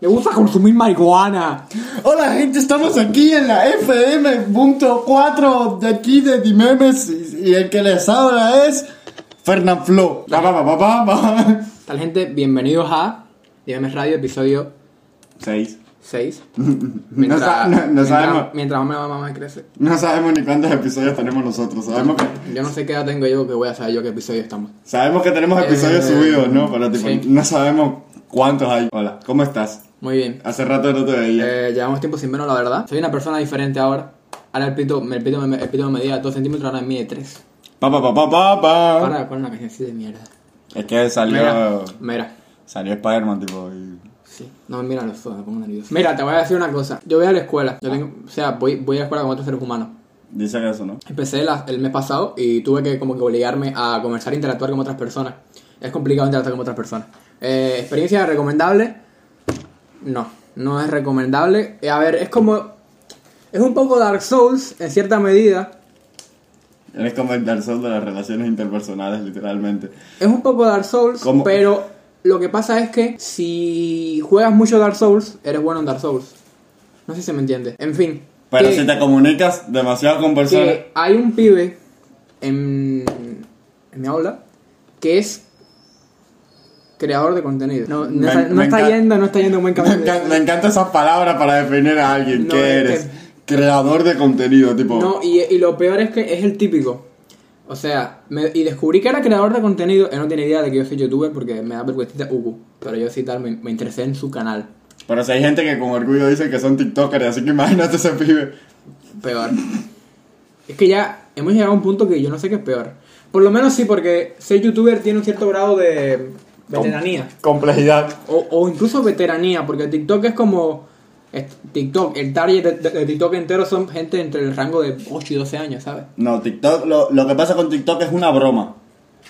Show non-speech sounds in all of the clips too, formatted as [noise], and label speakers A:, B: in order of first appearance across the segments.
A: Me gusta consumir marihuana.
B: Hola gente, estamos aquí en la FM.4 de aquí de Dimemes y, y el que les habla es Fernán Flo. Ba, ba, ba, ba, ba.
A: Tal gente, bienvenidos a DMS Radio, episodio
B: Seis.
A: 6.
B: sa- [laughs] no- no sabemos.
A: Mientras más mamá más crece.
B: No sabemos ni cuántos episodios tenemos nosotros. Sabemos que,
A: Yo no sé qué edad tengo yo, que voy a saber yo qué episodio estamos.
B: sabemos que tenemos episodios
A: Eh,
B: subidos, ¿no? Pero tipo,
A: sí.
B: no sabemos cuántos hay. Hola, ¿cómo estás?
A: Muy bien.
B: Hace rato no te veía.
A: Eh, llevamos tiempo sin vernos, la verdad. Soy una persona diferente ahora. Ahora el pito, me- el pito, me, el pito me medía 2 centímetros, ahora mide 3.
B: Pa, pa, pa, pa, pa, pa.
A: Ahora con una canción así de mierda.
B: Es que
A: Mira,
B: salió,
A: mira.
B: salió Spider-Man, tipo. y-
A: Sí, no me mira los ojos, me pongo nervioso. Mira, te voy a decir una cosa. Yo voy a la escuela. Yo tengo, o sea, voy, voy a la escuela con otros seres humanos.
B: Dicen eso, ¿no?
A: Empecé la- el mes pasado y tuve que como que obligarme a comenzar a interactuar con otras personas. Es complicado interactuar con otras personas. Eh, ¿Experiencia recomendable? No, no es recomendable. Eh, a ver, es como... Es un poco Dark Souls en cierta medida.
B: Eres como el Dark Souls de las relaciones interpersonales, literalmente.
A: Es un poco Dark Souls,
B: ¿Cómo?
A: pero lo que pasa es que si juegas mucho Dark Souls, eres bueno en Dark Souls. No sé si se me entiende. En fin. Eh,
B: Pero
A: que-
B: si te comunicas demasiado con personas.
A: que hay un pibe en, en mi aula que es creador de contenido. No, no
B: Me-
A: está, no
B: me
A: está
B: encanta-
A: yendo, no está yendo buen
B: [laughs] Me,
A: camino.
B: encan- me encantan esas palabras para definir a alguien.
A: No,
B: que
A: es
B: eres? Creador de contenido, tipo.
A: No, y, y lo peor es que es el típico. O sea, me- y descubrí que era creador de contenido. Él no tiene idea de que yo soy youtuber porque me da vergüenza Hugo. Pero yo sí tal, me, me interesé en su canal.
B: Pero si hay gente que con orgullo dice que son TikTokers, así que [laughs] imagínate ese pibe. [laughs]
A: Peor. Es que ya hemos llegado a un punto que yo no sé qué es peor. Por lo menos sí, porque ser youtuber tiene un cierto grado de veteranía.
B: Complejidad.
A: O, o incluso veteranía, porque TikTok es como. es TikTok, el target de, de- de TikTok entero son gente entre el rango de 8 y 12 años, ¿sabes?
B: No, TikTok, lo, lo que pasa con TikTok es una broma.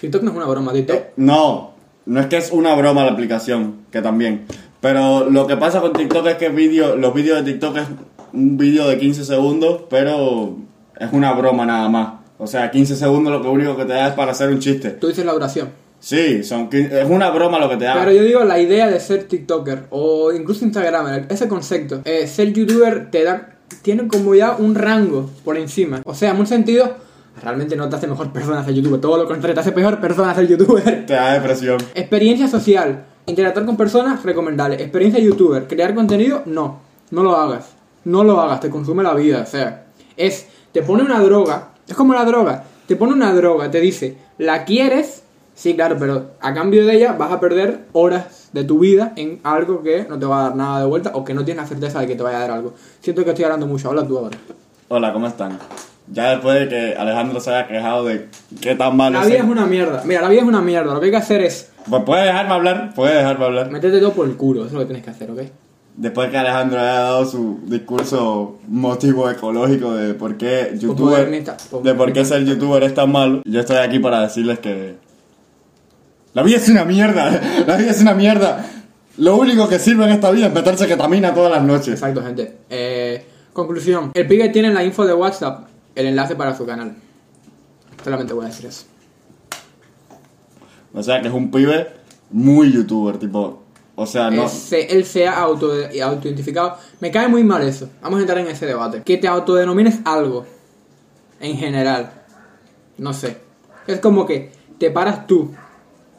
A: TikTok no es una broma, TikTok.
B: Eh. No, no es que es una broma la aplicación, que también. Pero lo que pasa con TikTok es que vídeo- los vídeos de TikTok es un vídeo de 15 segundos, pero es una broma nada más. O sea, 15 segundos lo que único que te da es para hacer un chiste.
A: Tú dices la oración.
B: Sí, son 15 es una broma lo que te da.
A: Pero yo digo la idea de ser TikToker o incluso Instagramer, ese concepto. eh, ser youtuber te da. Tiene como ya un rango por encima. O sea, en un sentido, realmente no te hace mejor persona ser youtuber. Todo lo contrario, te hace peor persona ser youtuber.
B: Te da depresión.
A: Experiencia social. Interactuar con personas, recomendable. Experiencia youtuber. Crear contenido, no. No lo hagas. No lo hagas, te consume la vida. O sea, es, te pone una droga. Es como la droga. Te pone una droga, te dice, ¿la quieres? Sí, claro, pero a cambio de ella vas a perder horas de tu vida en algo que no te va a dar nada de vuelta o que no tienes la certeza de que te vaya a dar algo. Siento que estoy hablando mucho, habla tú ahora.
B: Hola, ¿cómo están? Ya después de que Alejandro se haya quejado de qué tan malo
A: La
B: es.
A: vida es
B: el-
A: una mierda. Mira, la vida es una mierda. Lo que hay que hacer es
B: Pues puede dejarme hablar, puede dejarme hablar.
A: meterte todo por el culo. Eso es lo que tienes que hacer, ¿ok?
B: Después que Alejandro haya dado su discurso motivo ecológico de por qué youtuber,
A: Postmodernista,
B: de por qué
A: postmodernista.
B: ser youtuber es tan malo, yo estoy aquí para decirles que la vida es una mierda, [laughs] la vida es una mierda. Lo único que sirve en esta vida es meterse ketamina todas las noches.
A: Exacto, gente. Eh, conclusión. El pibe tiene en la info de WhatsApp el enlace para su canal. Solamente voy a decir eso.
B: O sea que es un pibe muy youtuber, tipo, o sea, no
A: Él, se, él se ha auto, eh, autoidentificado. Me cae muy mal eso. Vamos a entrar en ese debate. Que te autodenomines algo. En general. No sé. Es como que te paras tú.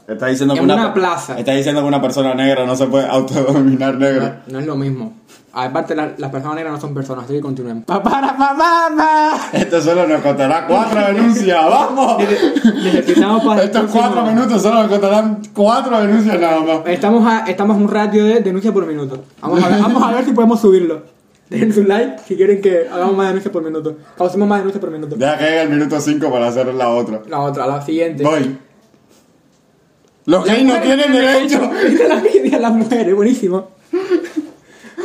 B: está diciendo que
A: en una plaza.
B: Está diciendo que una persona negra no se puede autodominar
A: No,
B: negro.
A: no es lo mismo. Aparte, la- las personas negras no son personas. Así que [laughs] continuemos. Pa, para, pa, pa, pa.
B: Esto solo nos contará cuatro denuncias, vamos.
A: [laughs] Necesitamos para el
B: Estos
A: próximo-
B: cuatro minutos solo nos contarán cuatro denuncias nada más.
A: Estamos a, estamos a un ratio de denuncia por minuto. Vamos a ver, vamos a ver si podemos subirlo. Dejen su like si quieren que hagamos más denuncias por minuto. Causemos más denuncias por minuto.
B: Deja que llegue el minuto 5 para hacer la otra.
A: La otra, la siguiente.
B: Voy. Los gays no tienen derecho.
A: Viste la envidia de las mujeres, buenísimo.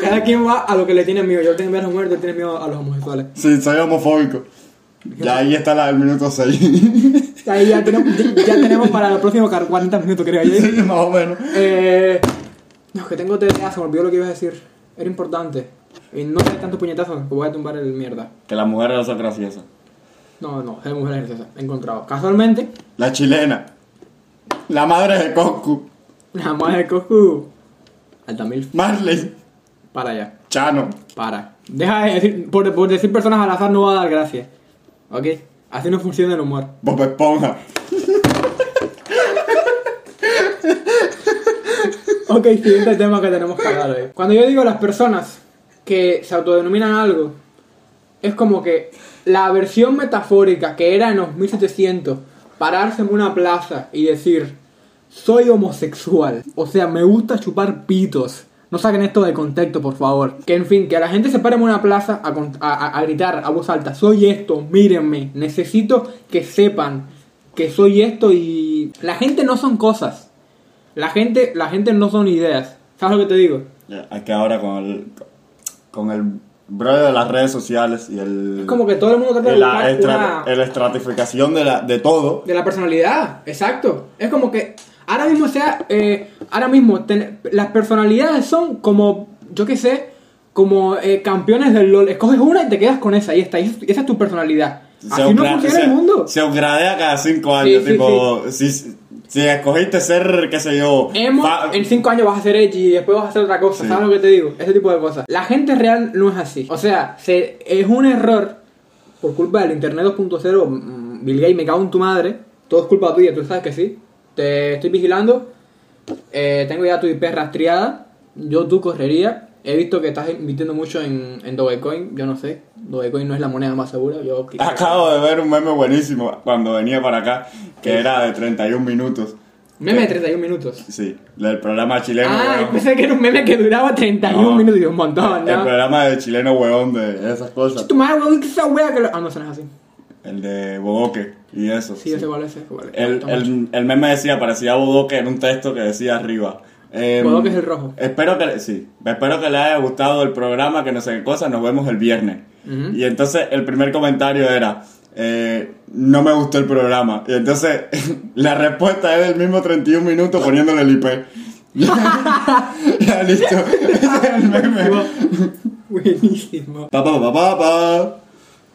A: Cada quien va a lo que le tiene miedo. Yo le tengo miedo a las mujeres, tú le tienes miedo a los homosexuales.
B: Sí, soy homofóbico. Ya ahí está la del minuto [laughs] 6.
A: Ahí ya tenemos, ya ya tenemos para los próximos 40 minutos, creo. yo.
B: sí, más o menos.
A: Eh, no, que tengo TDA, se me olvidó lo que iba a decir. Era importante. Y no hay tantos puñetazos, que voy a tumbar el mierda.
B: Que las mujeres no son graciosas.
A: No, no, es de mujeres graciosas. He encontrado. Casualmente,
B: La chilena. La madre de Coscu.
A: la madre de Coscu. Altamil.
B: Marley,
A: Para allá.
B: Chano.
A: Para. Deja de decir. Por, por decir personas al azar no va a dar gracias. ¿Ok? Así no funciona el humor.
B: Bob Esponja.
A: Ok, siguiente tema que tenemos que hablar hoy. Cuando yo digo las personas que se autodenominan algo, es como que la versión metafórica que era en los 1700, pararse en una plaza y decir, soy homosexual, o sea, me gusta chupar pitos. No saquen esto de contexto, por favor. Que en fin, que la gente se pare en una plaza a, con- a- a- a gritar a voz alta, soy esto, mírenme, necesito que sepan que soy esto y... La gente no son cosas. La gente, la gente no son ideas. ¿Sabes lo que te digo?
B: Ya, Es que ahora con el, con el brother de las redes sociales y el...
A: Es como que todo el mundo trata de
B: y la,
A: buscar
B: estra-
A: una-
B: el estratificación de, la, de todo.
A: de la personalidad. Exacto. Es como que ahora mismo sea, eh, ahora mismo ten- las personalidades son como, yo qué sé, como eh, campeones del LOL. Escoges una y te quedas con esa y está. Y esa es tu personalidad. Así no
B: upgra-
A: funciona
B: se-
A: el mundo.
B: se upgradea cada cinco años.
A: sí,
B: tipo, Si, si escogiste ser, qué sé yo...
A: Emo,
B: fa-
A: en 5 años vas a ser edgy y después vas a hacer otra cosa.
B: Sí.
A: ¿Sabes lo que te digo? Ese tipo de cosas. La gente real no es así. O sea, se, es un error por culpa del Internet 2.0. mm, Bill Gates, me cago en tu madre. Todo es culpa tuya, tú sabes que sí. Te estoy vigilando. Eh, tengo ya tu IP rastreada. Yo tú correría. He visto que estás invirtiendo mucho en, en Dogecoin. Yo no sé. Dogecoin no es la moneda más segura. Yo
B: Acabo de ver un meme buenísimo cuando venía para acá, que era de 31 minutos.
A: Meme de 31 minutos.
B: Sí, del programa chileno.
A: Ah,
B: huevón.
A: pensé que era un meme que duraba 31
B: No.
A: minutos y un montón, ¿no?
B: El programa de chileno huevón de esas cosas.
A: Tu madre, weón, que esa wea que lo- Ah, no, eso no es así.
B: El de Bodoque y eso.
A: Sí, yo sé cuál es ese. cuál es. Me
B: El,
A: gusta [laughs] mucho.
B: el, el meme decía, parecía Bodoque en un texto que decía arriba. eh,
A: Bodoque es el rojo.
B: Espero que, sí, espero que le haya gustado el programa, que no sé qué cosa, nos vemos el viernes. Y entonces el primer comentario era, eh, no me gustó el programa. Y entonces [laughs] la respuesta es del mismo 31 minutos poniéndole el IP. [laughs] ya listo, [laughs] ese es el meme. [laughs]
A: Buenísimo.
B: Pa, pa, pa, pa, pa.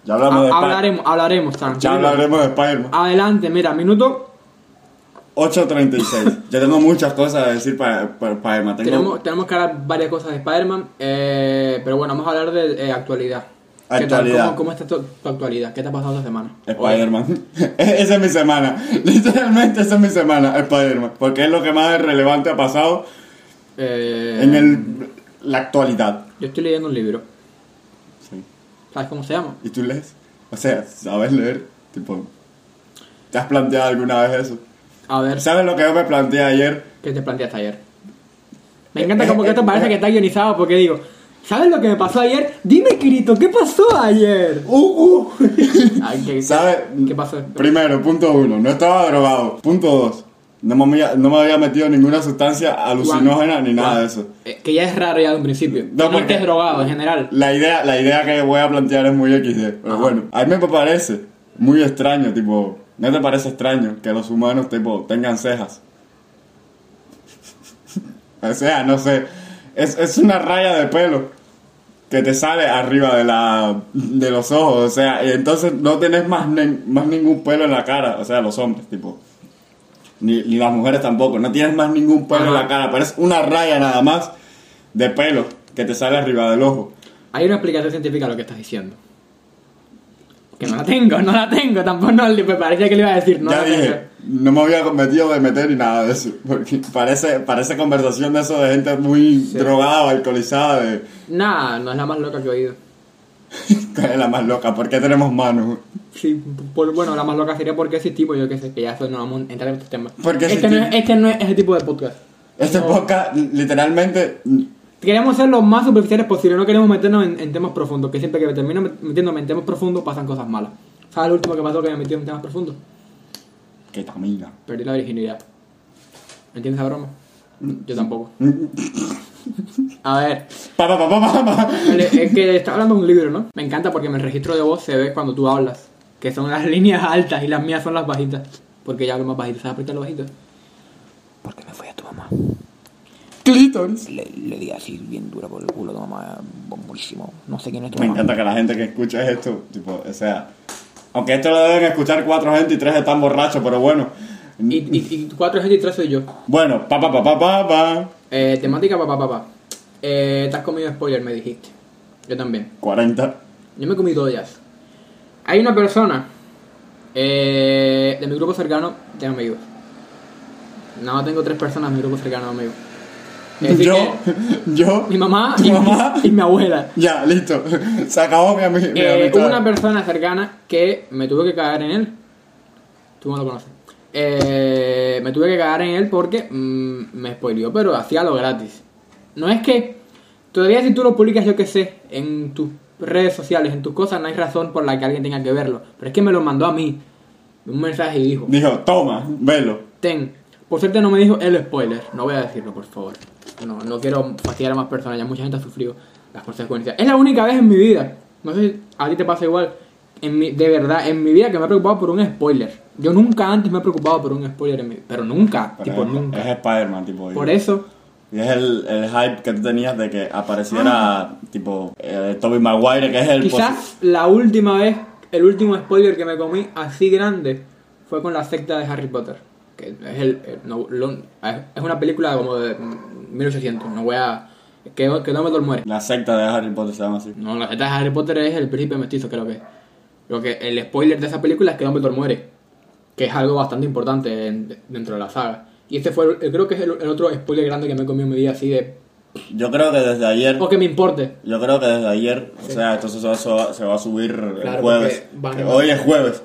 B: Ya hablamos de
A: Ha-
B: Spider-
A: hablaremos, hablaremos,
B: Ya
A: tranquilo.
B: hablaremos de Spider-Man.
A: Adelante, mira, minuto.
B: 8.36. Yo tengo muchas cosas a decir para, para Spider-Man. Tengo-
A: Tenemos, tenemos que hablar varias cosas de Spider-Man. eh, pero bueno, vamos a hablar de eh, actualidad. ¿Qué tal?
B: Actualidad.
A: ¿Cómo, cómo está tu, tu actualidad? ¿Qué te ha pasado esta semana?
B: Spider-Man. E- [laughs] Esa es mi semana. [laughs] Literalmente esa es mi semana, Spider-Man. Porque es lo que más relevante ha pasado
A: Eh,
B: en el, la actualidad.
A: Yo estoy leyendo un libro.
B: Sí.
A: ¿Sabes cómo se llama?
B: ¿Y tú lees? O sea, ¿sabes leer? Tipo, ¿te has planteado alguna vez eso?
A: A ver,
B: ¿Sabes lo que yo me planteé ayer?
A: ¿qué te planteaste ayer? Me encanta
B: Eh,
A: como que esto parece que está guionizado porque digo, ¿sabes lo que me pasó ayer? Dime, Kirito, ¿qué pasó ayer?
B: ¡Uh, uh!
A: [laughs] Ay, ¿qué, qué-
B: [laughs] ¿Sabes?
A: ¿Qué pasó?
B: Primero, punto uno, no estaba drogado. Punto dos, no me había, no me había metido ninguna sustancia alucinógena ni nada
A: Juan,
B: de eso.
A: eh, que ya es raro ya de un principio.
B: No,
A: No,
B: porque- eh,
A: estés drogado en general.
B: La idea, la idea que voy a plantear es muy XD, pero bueno, a mí me parece muy extraño, tipo, ¿no te parece extraño que los humanos, tipo, tengan cejas? [laughs] o sea, no sé, es, es una raya de pelo que te sale arriba de la de los ojos, o sea, y entonces no tenés más, nin- más ningún pelo en la cara, o sea, los hombres, tipo, ni, ni las mujeres tampoco, no tienes más ningún pelo en
A: Ajá.
B: la cara, pero es una raya nada más de pelo que te sale arriba del ojo.
A: Hay una explicación científica a lo que estás diciendo. Que no la tengo, no la tengo. Tampoco no, me parecía que le iba a decir. No
B: ya
A: la
B: dije,
A: tengo.
B: no me había metido de meter ni nada de eso, porque parece, parece conversación de eso de gente muy drogada o alcoholizada, de [laughs]
A: Nah, no es la más loca que he oído.
B: cuál es la más loca, ¿por qué tenemos manos?
A: Sí, por, bueno, la más loca sería porque existimos, yo qué sé, que ya eso no vamos a entrar en estos temas.
B: Porque
A: este, no es,
B: existimos.
A: este no es ese tipo de podcast.
B: Este podcast literalmente
A: Queremos ser lo más superficiales posible, no queremos meternos en, en temas profundos, que siempre que termino met- metiéndome en temas profundos pasan cosas malas. ¿Sabes lo último que pasó que me metí en temas profundos?
B: que camina.
A: Perdí la virginidad. ¿Entiendes la broma? Yo tampoco. A ver,
B: Pa, pa, pa, pa, pa, pa.
A: el- es que está hablando un libro, ¿no? Me encanta porque en el registro de voz se ve cuando tú hablas, que son las [laughs] líneas altas y las mías son las bajitas, porque ya hablo más bajito. ¿Sabes por qué hablo bajito? Porque me fui a tu mamá.
B: Clítoris.
A: Le, di así bien dura por el culo tu mamá, buenísimo. No sé quién es
B: Me encanta que la gente que escucha esto, tipo, o sea, aunque esto lo deben escuchar cuatro gente y tres están borrachos, pero bueno,
A: Y, y, y cuatro gente y tres soy yo.
B: Bueno, pa pa pa pa pa pa.
A: Eh, temática papá papá. Eh, te has comido spoiler, me dijiste. Yo también.
B: 40.
A: Yo me comí todas. Hay una persona eh, de mi grupo cercano de amigos. No, tengo tres personas de mi grupo cercano de amigos. Es decir
B: Yo,
A: que
B: [laughs] yo.
A: mi mamá,
B: ¿Tu
A: y,
B: mamá?
A: y mi abuela.
B: Ya, listo. Se acabó mi, ami- mi
A: Eh,
B: amistad.
A: hubo una persona cercana que me tuve que cagar en él. Tú no lo conoces. Eh, me tuve que cagar en él porque mm, me spoileó, pero hacía lo gratis. No es que todavía si tú lo publicas, yo que sé, en tus redes sociales, en tus cosas, no hay razón por la que alguien tenga que verlo. Pero es que me lo mandó a mí un mensaje y dijo,
B: Dijo, toma, velo.
A: ten, por suerte no me dijo el spoiler, no voy a decirlo, por favor. No, no quiero fastidiar a más personas, ya mucha gente ha sufrido las consecuencias. Es la única vez en mi vida, no sé si a ti te pasa igual, en mi, de verdad, en mi vida que me he preocupado por un spoiler. Yo nunca antes me he preocupado por un spoiler, en mi, pero nunca,
B: Pero
A: tipo
B: es,
A: nunca.
B: es Spider-Man, tipo. y-
A: Por eso,
B: Y es el, el hype que tú tenías de que apareciera,
A: Ah.
B: tipo, eh, Tobey Maguire, que es el.
A: quizás la última vez, el último spoiler que me comí así grande fue con la secta de Harry Potter. Que es, el, eh, no, lo- es una película como de 1800, no voy a... Que, que no me muere.
B: posi- La secta de Harry Potter se llama así.
A: No, la neta de Harry Potter es el príncipe mestizo, creo que. Lo que el spoiler de esa película es que Dumbledore muere, que es algo bastante importante en- dentro de la saga. Y este fue, el- creo que es el, el otro spoiler grande que me he comido en mi vida así de...
B: Yo creo que desde ayer.
A: O que me importe.
B: Yo creo que desde ayer, o sea, entonces eso, eso se va a subir
A: Claro,
B: el jueves.
A: porque van
B: que
A: a-
B: hoy es jueves.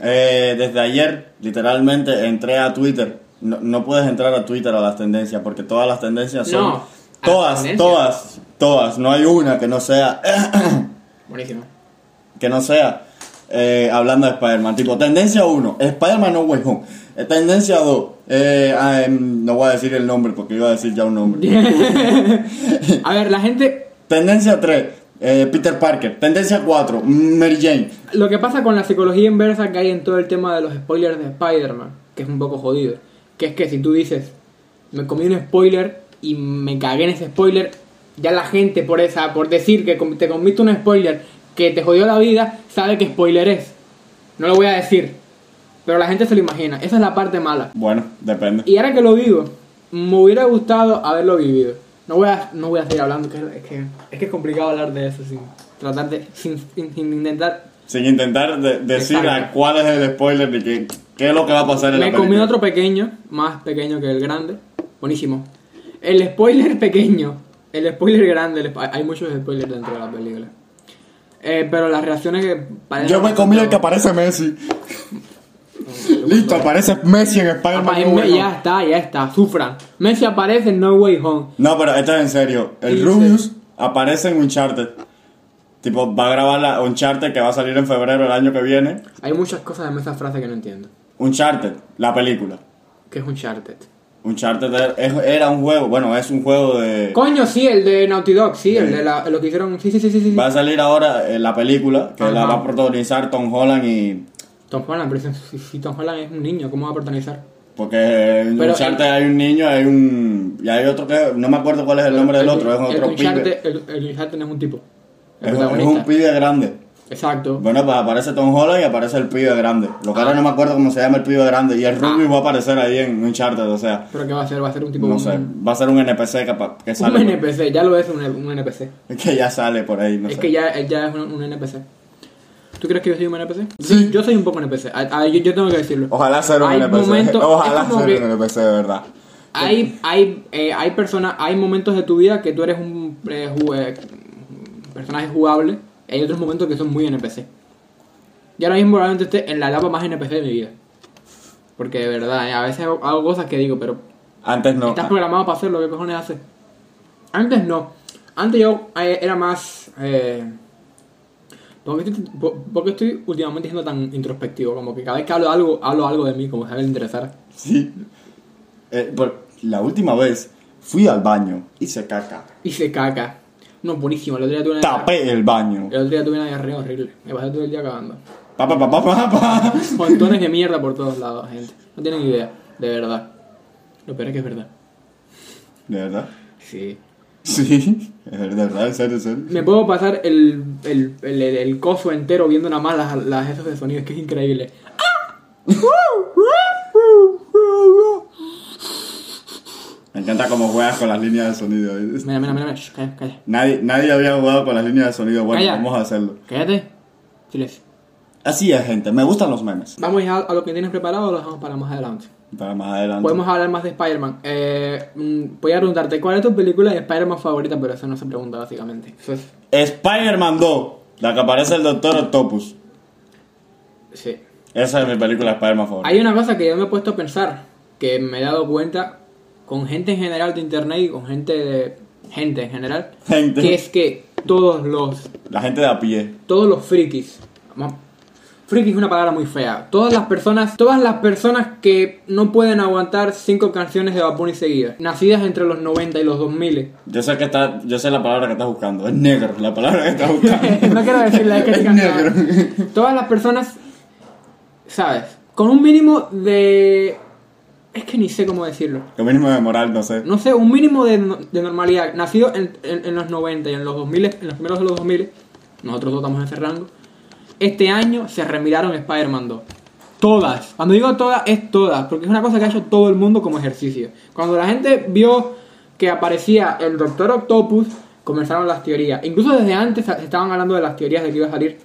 B: Eh, desde ayer, literalmente, entré a Twitter. No, no puedes entrar a Twitter a las tendencias, porque todas las tendencias son...
A: No, a las
B: todas,
A: tendencias.
B: todas, todas. No hay una que no sea...
A: Buenísimo. [laughs]
B: que no sea eh, hablando de Spider-Man. Tipo, tendencia 1, Spider-Man No Way Home. Eh, tendencia 2, eh, ah, em, no voy a decir el nombre porque iba a decir ya un nombre.
A: A ver, la gente...
B: tendencia 3, Peter Parker. Tendencia 4, Mary Jane.
A: Lo que pasa con la psicología inversa que hay en todo el tema de los spoilers de Spider-Man, que es un poco jodido, que es que si tú dices, me comí un spoiler y me cagué en ese spoiler, ya la gente por esa por decir que com- te comiste un spoiler que te jodió la vida, sabe que spoiler es. No lo voy a decir, pero la gente se lo imagina, esa es la parte mala.
B: Bueno, depende.
A: Y ahora que lo digo, me hubiera gustado haberlo vivido. No voy a, no voy a seguir hablando, que es, que, es que es complicado hablar de eso sin tratar de, sin- sin- sin intentar
B: Sin intentar de- decir
A: Exacto.
B: a cuál es el spoiler ni qué, qué es lo que va a pasar en la
A: Me comí
B: película.
A: otro pequeño, más pequeño que el grande. Buenísimo. El spoiler [laughs] pequeño, el spoiler grande, el spo- hay muchos spoilers dentro de la película. Eh, pero las reacciones que parecen-
B: Yo me comí el que aparece
A: [laughs]
B: Messi. Listo, aparece Messi en Spider-Man. No
A: Apa-
B: Way Home.
A: ya está, ya está, sufran. Messi aparece en No Way Home.
B: No, pero esto es en serio. El
A: Dice-
B: Rubius aparece en Uncharted. Tipo, va a grabar la Uncharted que va a salir en febrero del año que viene.
A: Hay muchas cosas en esa frase que no entiendo.
B: Uncharted, la película.
A: Que es un chartet.
B: Uncharted era- es- era un juego, bueno, es un juego de...
A: Coño, sí, el de Naughty Dog, sí, el
B: Eh. Sí.
A: de la- lo que hicieron. Sí, sí, sí, sí. sí.
B: Va a salir ahora eh, la película que la
A: Ajá.
B: va a protagonizar Tom Holland y...
A: Tom Holland, pero si, si Tom Holland es un niño, ¿cómo va a protagonizar?
B: Porque en
A: Pero
B: Uncharted
A: el-
B: hay un niño, hay un... Y hay otro que... No me acuerdo cuál es el nombre del
A: El-
B: otro, es
A: el
B: otro pibe.
A: Uncharted- el, el Uncharted no es un tipo. El
B: Es un- es
A: protagonista.
B: un pibe grande.
A: Exacto.
B: Bueno, pues aparece Tom Holland y aparece el pibe grande. Lo que ahora no me acuerdo cómo se llama el pibe grande. Y
A: Ah.
B: el Rubius va a aparecer ahí en Uncharted, o sea,
A: Pero que va a ser, va a ser un tipo.
B: no
A: un,
B: sé. Va a ser un NPC que, pa- que
A: un
B: sale.
A: NPC, ya lo es un, un NPC.
B: [laughs] Que ya sale por ahí, no
A: es
B: sé.
A: que ya, ya es un, un NPC. ¿Tú crees que yo soy un NPC?
B: Sí.
A: Yo soy un poco NPC. A- a- yo, yo tengo que decirlo.
B: Ojalá sea un
A: Hay
B: NPC.
A: momentos-
B: Ojalá
A: es
B: sea
A: como que-
B: un NPC, de verdad.
A: Hay, hay, eh, hay personas, hay momentos de tu vida que tú eres un eh, ju- eh, personaje jugable. y Hay otros momentos que son muy NPC. Y ahora mismo probablemente esté en la etapa más NPC de mi vida. Porque de verdad, eh, a veces hago, hago cosas que digo, pero
B: Antes no. ah.
A: Estás programado para hacerlo, ¿qué cojones haces? Antes no. Antes yo eh, era más... Eh, ¿por, qué estoy, por- por qué estoy últimamente siendo tan introspectivo? Como que cada vez que hablo algo, hablo algo de mí, como si a alguien le interesara.
B: Sí. Eh, por- la última vez fui al baño, hice caca.
A: Y se caca. No, buenísimo. El otro día tuve una
B: Tapé el baño.
A: El otro día tuve una diarrea horrible. Me pasé todo el día cagando.
B: Pa, pa, pa, pa, pa, pa.
A: Montones de mierda por todos lados, gente. No tienen idea. De verdad. Lo peor es que es verdad.
B: ¿De verdad?
A: Sí.
B: Sí. [laughs] Es de verdad, en serio, en serio.
A: Me puedo pasar el, el, el, el- el coso [laughs] entero viendo nada más las, las esas de sonidos, que es increíble.
B: encanta cómo juegas con las líneas de sonido.
A: Mira, mira, mira, mira. Shh, calla, calla.
B: Nadie, nadie había jugado con las líneas de sonido. Bueno,
A: Calla.
B: vamos a hacerlo.
A: Cállate. Silencio.
B: Así es, gente. Me gustan los memes.
A: Vamos ya a lo que tienes preparado o lo dejamos para más adelante.
B: Para más adelante.
A: Podemos hablar más de Spider-Man. Eh, mm, voy a preguntarte, ¿cuál es tu película de Spider-Man favorita? Pero eso no se pregunta básicamente. Eso es...
B: Spider-Man 2. La que aparece el Doctor Octopus.
A: Sí.
B: Esa es mi película Spider-Man favorita.
A: Hay una cosa que yo me he puesto a pensar, que me he dado cuenta con gente en general de internet y con gente de... gente en general,
B: Gente.
A: que es que todos los,
B: La gente de a pie.
A: todos los frikis, ma- friki es una palabra muy fea, todas las personas, todas las personas que no pueden aguantar cinco canciones de Bad Bunny seguidas, nacidas entre los 90 y los
B: [laughs]
A: 2000,
B: Yo sé que está, yo sé la palabra que estás buscando. Es negro, la palabra que estás
A: [laughs]
B: buscando.
A: no quiero decir la que te
B: Es
A: cantaba.
B: negro.
A: Todas las personas, ¿sabes? Con un mínimo de... Es que ni sé cómo decirlo.
B: Lo mínimo de moral, no sé.
A: no sé, un mínimo de, no- de normalidad. Nacido en, en- en los 90 y en los 2000, en los primeros de los 2000, nosotros dos estamos en ese rango. Este año se remiraron Spider-Man 2. Todas. Cuando digo todas, es todas. Porque es una cosa que ha hecho todo el mundo como ejercicio. Cuando la gente vio que aparecía el Doctor Octopus, comenzaron las teorías. Incluso desde antes se estaban hablando de las teorías de que iba a salir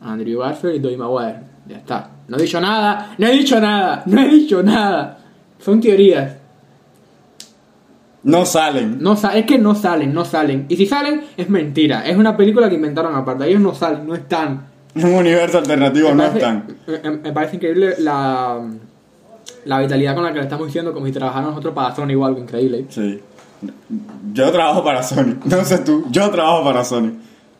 A: Andrew Garfield y Tobey Maguire. Ya está. No he dicho nada. No he dicho nada. No he dicho nada. Son teorías.
B: No salen.
A: No sa- es que no salen, no salen. Y si salen, es mentira. Es una película que inventaron aparte. Ellos no salen, no están.
B: Un universo alternativo
A: Me
B: no
A: parece-
B: están.
A: Me, me parece increíble la, la vitalidad con la que le estamos diciendo, como si trabajáramos nosotros para Sony o algo increíble.
B: Sí. Yo trabajo para Sony. [laughs] No sé tú. Yo trabajo para Sony.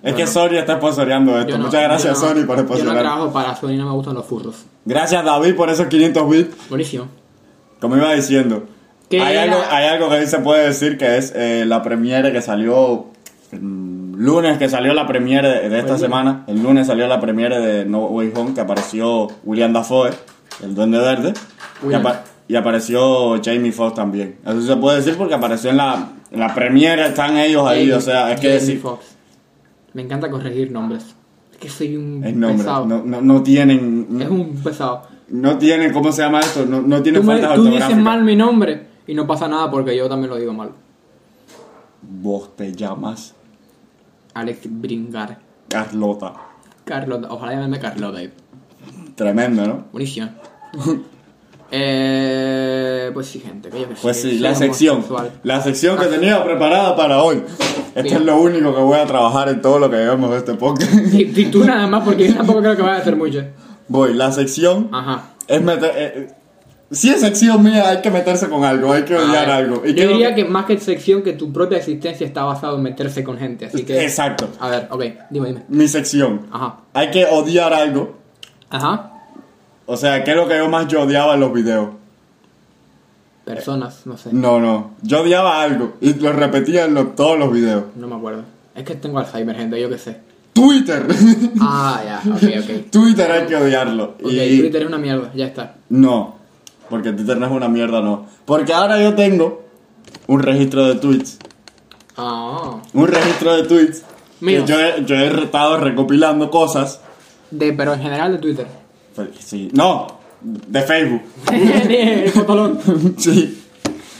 B: Es que Sony está sponsoreando esto.
A: Yo no-
B: Muchas gracias,
A: yo no-
B: Sony, por
A: Yo no
B: sponsorear.
A: trabajo para Sony, no me gustan los furros.
B: gracias, David, por esos 500 bits.
A: Buenísimo.
B: Como iba diciendo,
A: Que
B: hay
A: era-
B: algo, hay algo que ahí se puede decir que es eh, la premiere que salió mm, lunes, que salió la premiere de, de esta
A: Pues,
B: semana. El lunes salió la premiere de No Way Home, que apareció William Dafoe, el Duende Verde, y,
A: William.
B: apa- y apareció Jamie Foxx también. Eso se puede decir porque apareció en la, en la premiere, están ellos ahí,
A: Jamie-
B: o sea, es que
A: Jamie
B: decir,
A: Foxx. Me encanta corregir nombres. Es que soy un
B: es nombre,
A: pesado.
B: no, no, no tienen,
A: Es un pesado.
B: no tienen, ¿cómo se llama esto? No, no tienen
A: Tú, me-
B: faltas
A: tú dices
B: ortográficas.
A: mal mi nombre y no pasa nada porque yo también lo digo mal.
B: Vos te llamas
A: Alex Bringar.
B: Carlota.
A: Carlota, ojalá llamarme Carlota. eh.
B: Tremendo, ¿no?
A: Buenísimo. [laughs] eh, pues sí, Ah, gente. que yo que sé,
B: Pues sí,
A: soy
B: la sección.
A: homosexual.
B: La sección que tenía preparada para hoy. Esto es lo único que voy a trabajar en todo lo que hagamos de este podcast. [laughs]
A: Y, y tú nada más, porque yo tampoco creo que vaya a hacer mucho.
B: Voy, la sección
A: Ajá.
B: es meter. eh, eh, si es sección mía, hay que meterse con algo, hay que odiar
A: A ver,
B: algo.
A: Ah,
B: Y
A: eh, Yo
B: creo
A: diría que más que sección, que tu propia existencia está basada en meterse con gente. Así que.
B: Exacto,
A: A ver, ok, dime, dime.
B: mi sección.
A: Ajá.
B: Hay que odiar algo.
A: Ajá.
B: O sea, ¿qué es lo que yo más yo odiaba en los videos?
A: Personas, no sé.
B: No, no. Yo odiaba algo y lo repetía en los- todos los videos.
A: No me acuerdo. Es que tengo Alzheimer, gente, yo qué sé.
B: Twitter. [laughs]
A: Ah, ya, ok, ok.
B: Twitter hay que odiarlo.
A: Ok,
B: [laughs] y
A: Twitter es una mierda, ya está.
B: No, porque Twitter no es una mierda, no. Porque ahora yo tengo un registro de tweets.
A: Ah.
B: Un registro de tweets.
A: Mío.
B: Que yo he, yo he estado recopilando cosas.
A: De, pero en general de Twitter.
B: Pues, sí. No, de Facebook. [laughs]
A: [laughs] El fotolón.
B: sí.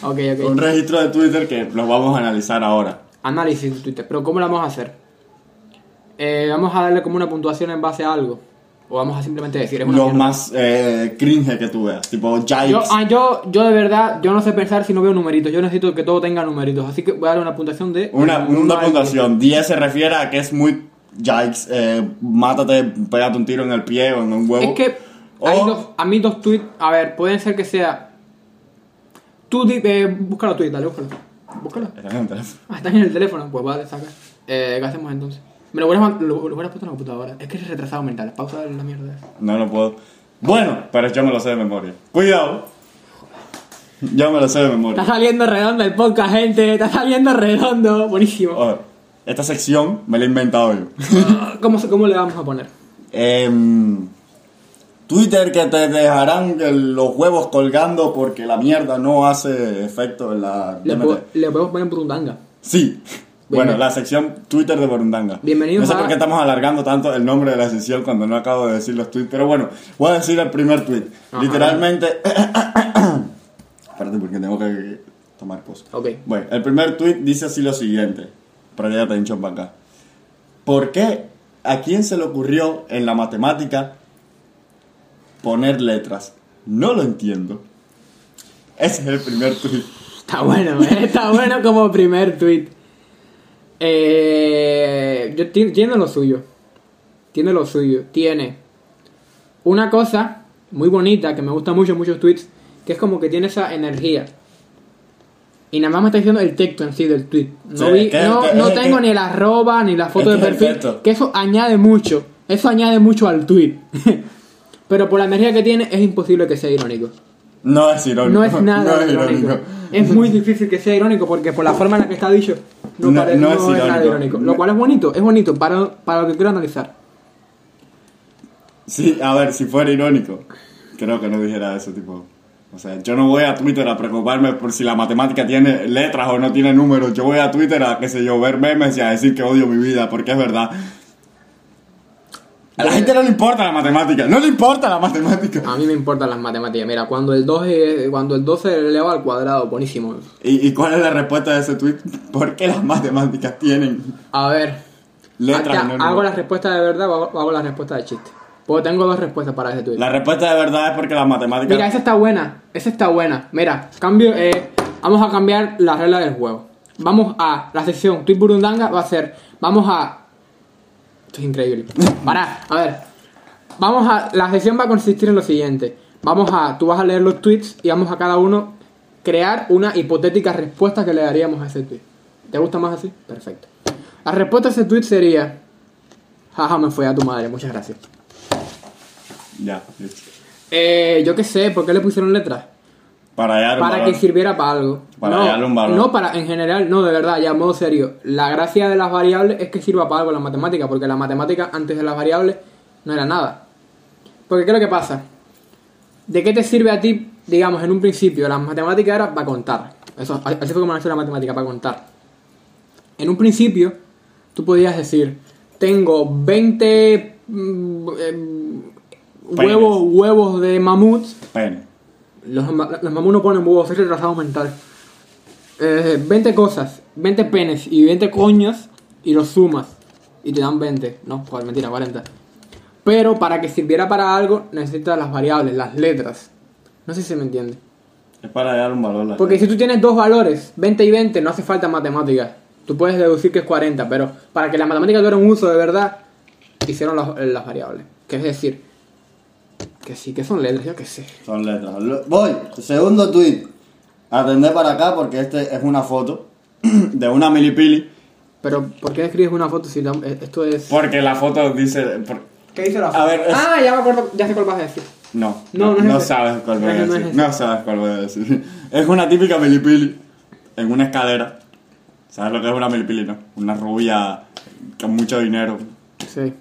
A: Ok,
B: Un
A: ok.
B: registro de Twitter que los vamos a analizar ahora.
A: Análisis de Twitter. Pero ¿cómo lo vamos a hacer? Eh, vamos a darle como una puntuación en base a algo. O vamos a simplemente decir es una
B: Los
A: mierda.
B: más eh, cringe que tú veas. Tipo Jibes.
A: Yo, ah, yo, yo de verdad, yo no sé pensar si no veo numeritos. Yo necesito que todo tenga numeritos. Así que voy a darle una puntuación de.
B: Una,
A: del uno
B: una
A: al
B: puntuación. 10 se refiere a que es muy Jibes. eh, mátate, pégate un tiro en el pie o en un huevo.
A: diez. Es que
B: O-
A: hay dos- a mí dos tweets. A ver, pueden ser que sea. Tú di- eh, búscalo tweet, dale, búscalo. Búscalo.
B: Estás en el teléfono.
A: Ah, están en el teléfono. Pues vale, saca. Eh, ¿Qué hacemos entonces? Me lo hubieras, man- lo, lo hubieras puesto en la computadora. Es que eres retrasado mental. Pausa la mierda. esa.
B: No lo puedo. Bueno, pero yo me lo sé de memoria. Cuidado. Yo me lo sé de
A: Está
B: memoria.
A: saliendo redondo el podcast, gente. Está saliendo redondo.
B: [laughs]
A: Buenísimo.
B: Oye, esta sección me la he inventado yo.
A: ¿Cómo, se- ¿Cómo le vamos a poner?
B: Em, Twitter que te dejarán el- los huevos colgando porque la mierda no hace efecto en la...
A: Le,
B: DMT.
A: po- le podemos poner Burundanga.
B: Sí. Bueno,
A: Bien.
B: la sección Twitter de Borundanga.
A: Bienvenidos
B: No sé
A: a-
B: por qué estamos alargando tanto el nombre de la sección cuando no acabo de decir los tweets, pero bueno, voy a decir el primer tweet.
A: Ajá.
B: [coughs] Literalmente. Espérate, porque tengo que tomar cosas.
A: Ok.
B: Bueno, el primer tweet dice así lo siguiente. Presta atención para acá. ¿Por qué a quién se le ocurrió en la matemática poner letras? No lo entiendo. Ese es el primer tweet.
A: Está bueno, ¿eh? está bueno como primer tweet. Eh, yo ti- tiene lo suyo. Tiene lo suyo. Tiene una cosa muy bonita que me gusta mucho, muchos tweets, que es como que tiene esa energía. Y nada más me está diciendo el texto en sí del tweet. No,
B: Sí,
A: vi-
B: es que-
A: no,
B: es que-
A: no
B: es
A: tengo
B: que-
A: ni el arroba ni la foto de
B: es que es el
A: perfil.
B: texto.
A: Que eso añade mucho. Eso añade mucho al tweet. [laughs] Pero por la energía que tiene es imposible que sea irónico.
B: No es irónico.
A: No es nada
B: [laughs] No es
A: irónico. Es muy difícil que sea irónico porque por la forma en la que está dicho no,
B: No-
A: pare- no
B: no es
A: es, nada
B: irónico.
A: irónico. Lo cual es bonito, es bonito para, para lo que quiero analizar.
B: Sí, a ver, si fuera irónico, creo que no dijera eso, tipo... O sea, yo no voy a Twitter a preocuparme por si la matemática tiene letras o no tiene números. Yo voy a Twitter a, qué sé yo, ver memes y a decir que odio mi vida, porque es verdad. A la gente no le importa la matemática. No le importa la matemática.
A: A mí me importan las matemáticas. Mira, cuando el 2 es- cuando el 2 se eleva al cuadrado, buenísimo.
B: ¿Y, y cuál es la respuesta de ese tweet? ¿Por qué las matemáticas tienen
A: A ver,
B: letras
A: acá
B: y
A: hago
B: no
A: la
B: números?
A: respuesta de verdad o hago, hago la respuesta de chiste. Porque tengo dos respuestas para ese tweet.
B: La respuesta de verdad es porque las matemáticas...
A: Mira, esa está buena. Esa está buena. Mira, cambio. eh, vamos a cambiar la regla del juego. Vamos a la sección Tweet Burundanga. Va a ser. Vamos a. Esto es increíble. Pará, a ver. Vamos a. La sección va a consistir en lo siguiente. Vamos a. Tú vas a leer los tweets y vamos a cada uno crear una hipotética respuesta que le daríamos a ese tweet. ¿Te gusta más así? Perfecto. La respuesta a ese tweet sería. Jaja, me fue a tu madre. Muchas gracias.
B: Ya, listo.
A: Eh, yo qué sé, ¿por qué le pusieron letras?
B: Para allá... el
A: para
B: valor.
A: que sirviera para algo.
B: Para
A: no,
B: hallarle un valor.
A: No, para, en general, no, de verdad, ya en modo serio. La gracia de las variables es que sirva para algo la matemática, porque la matemática antes de las variables no era nada. Porque ¿qué es lo que pasa? ¿De qué te sirve a ti, digamos, en un principio? La matemática era para contar. Eso, así fue como nació la matemática, para contar. En un principio, tú podías decir, tengo 20 mm, em,
B: Peines.
A: huevos, huevos de mamut
B: Pene.
A: los, ma- los mamunos ponen huevos, es retrasado mental. Eh, 20 cosas, 20 penes y 20 coños y los sumas y te dan 20. No, joder, mentira, 40. Pero para que sirviera para algo necesitas las variables, las letras. No sé si se me entiende.
B: Es para hallar un valor. la
A: Porque si tú tienes dos valores, 20 y 20, no hace falta matemáticas. Tú puedes deducir que es 40, pero para que la matemática tuviera un uso de verdad, hicieron las, las variables. Que es decir, que sí, que son letras, yo que sé.
B: Son letras. Lo- Voy, segundo tweet. Atender para acá porque este es una foto [clears throat] de una milipili.
A: Pero, ¿por qué escribes una foto si la- eh, esto es...?
B: Porque la foto dice. por-
A: ¿Qué dice la
B: foto? ver, es-
A: Ah, ya me acuerdo, ya sé cuál vas a decir.
B: No,
A: No, no es ese.
B: sabes cuál voy
A: No, no
B: a
A: es
B: decir.
A: ese.
B: No sabes cuál voy a decir. [laughs] Es una típica milipili en una escalera. ¿Sabes lo que es una milipili, no? Una rubia con mucho dinero.
A: Sí,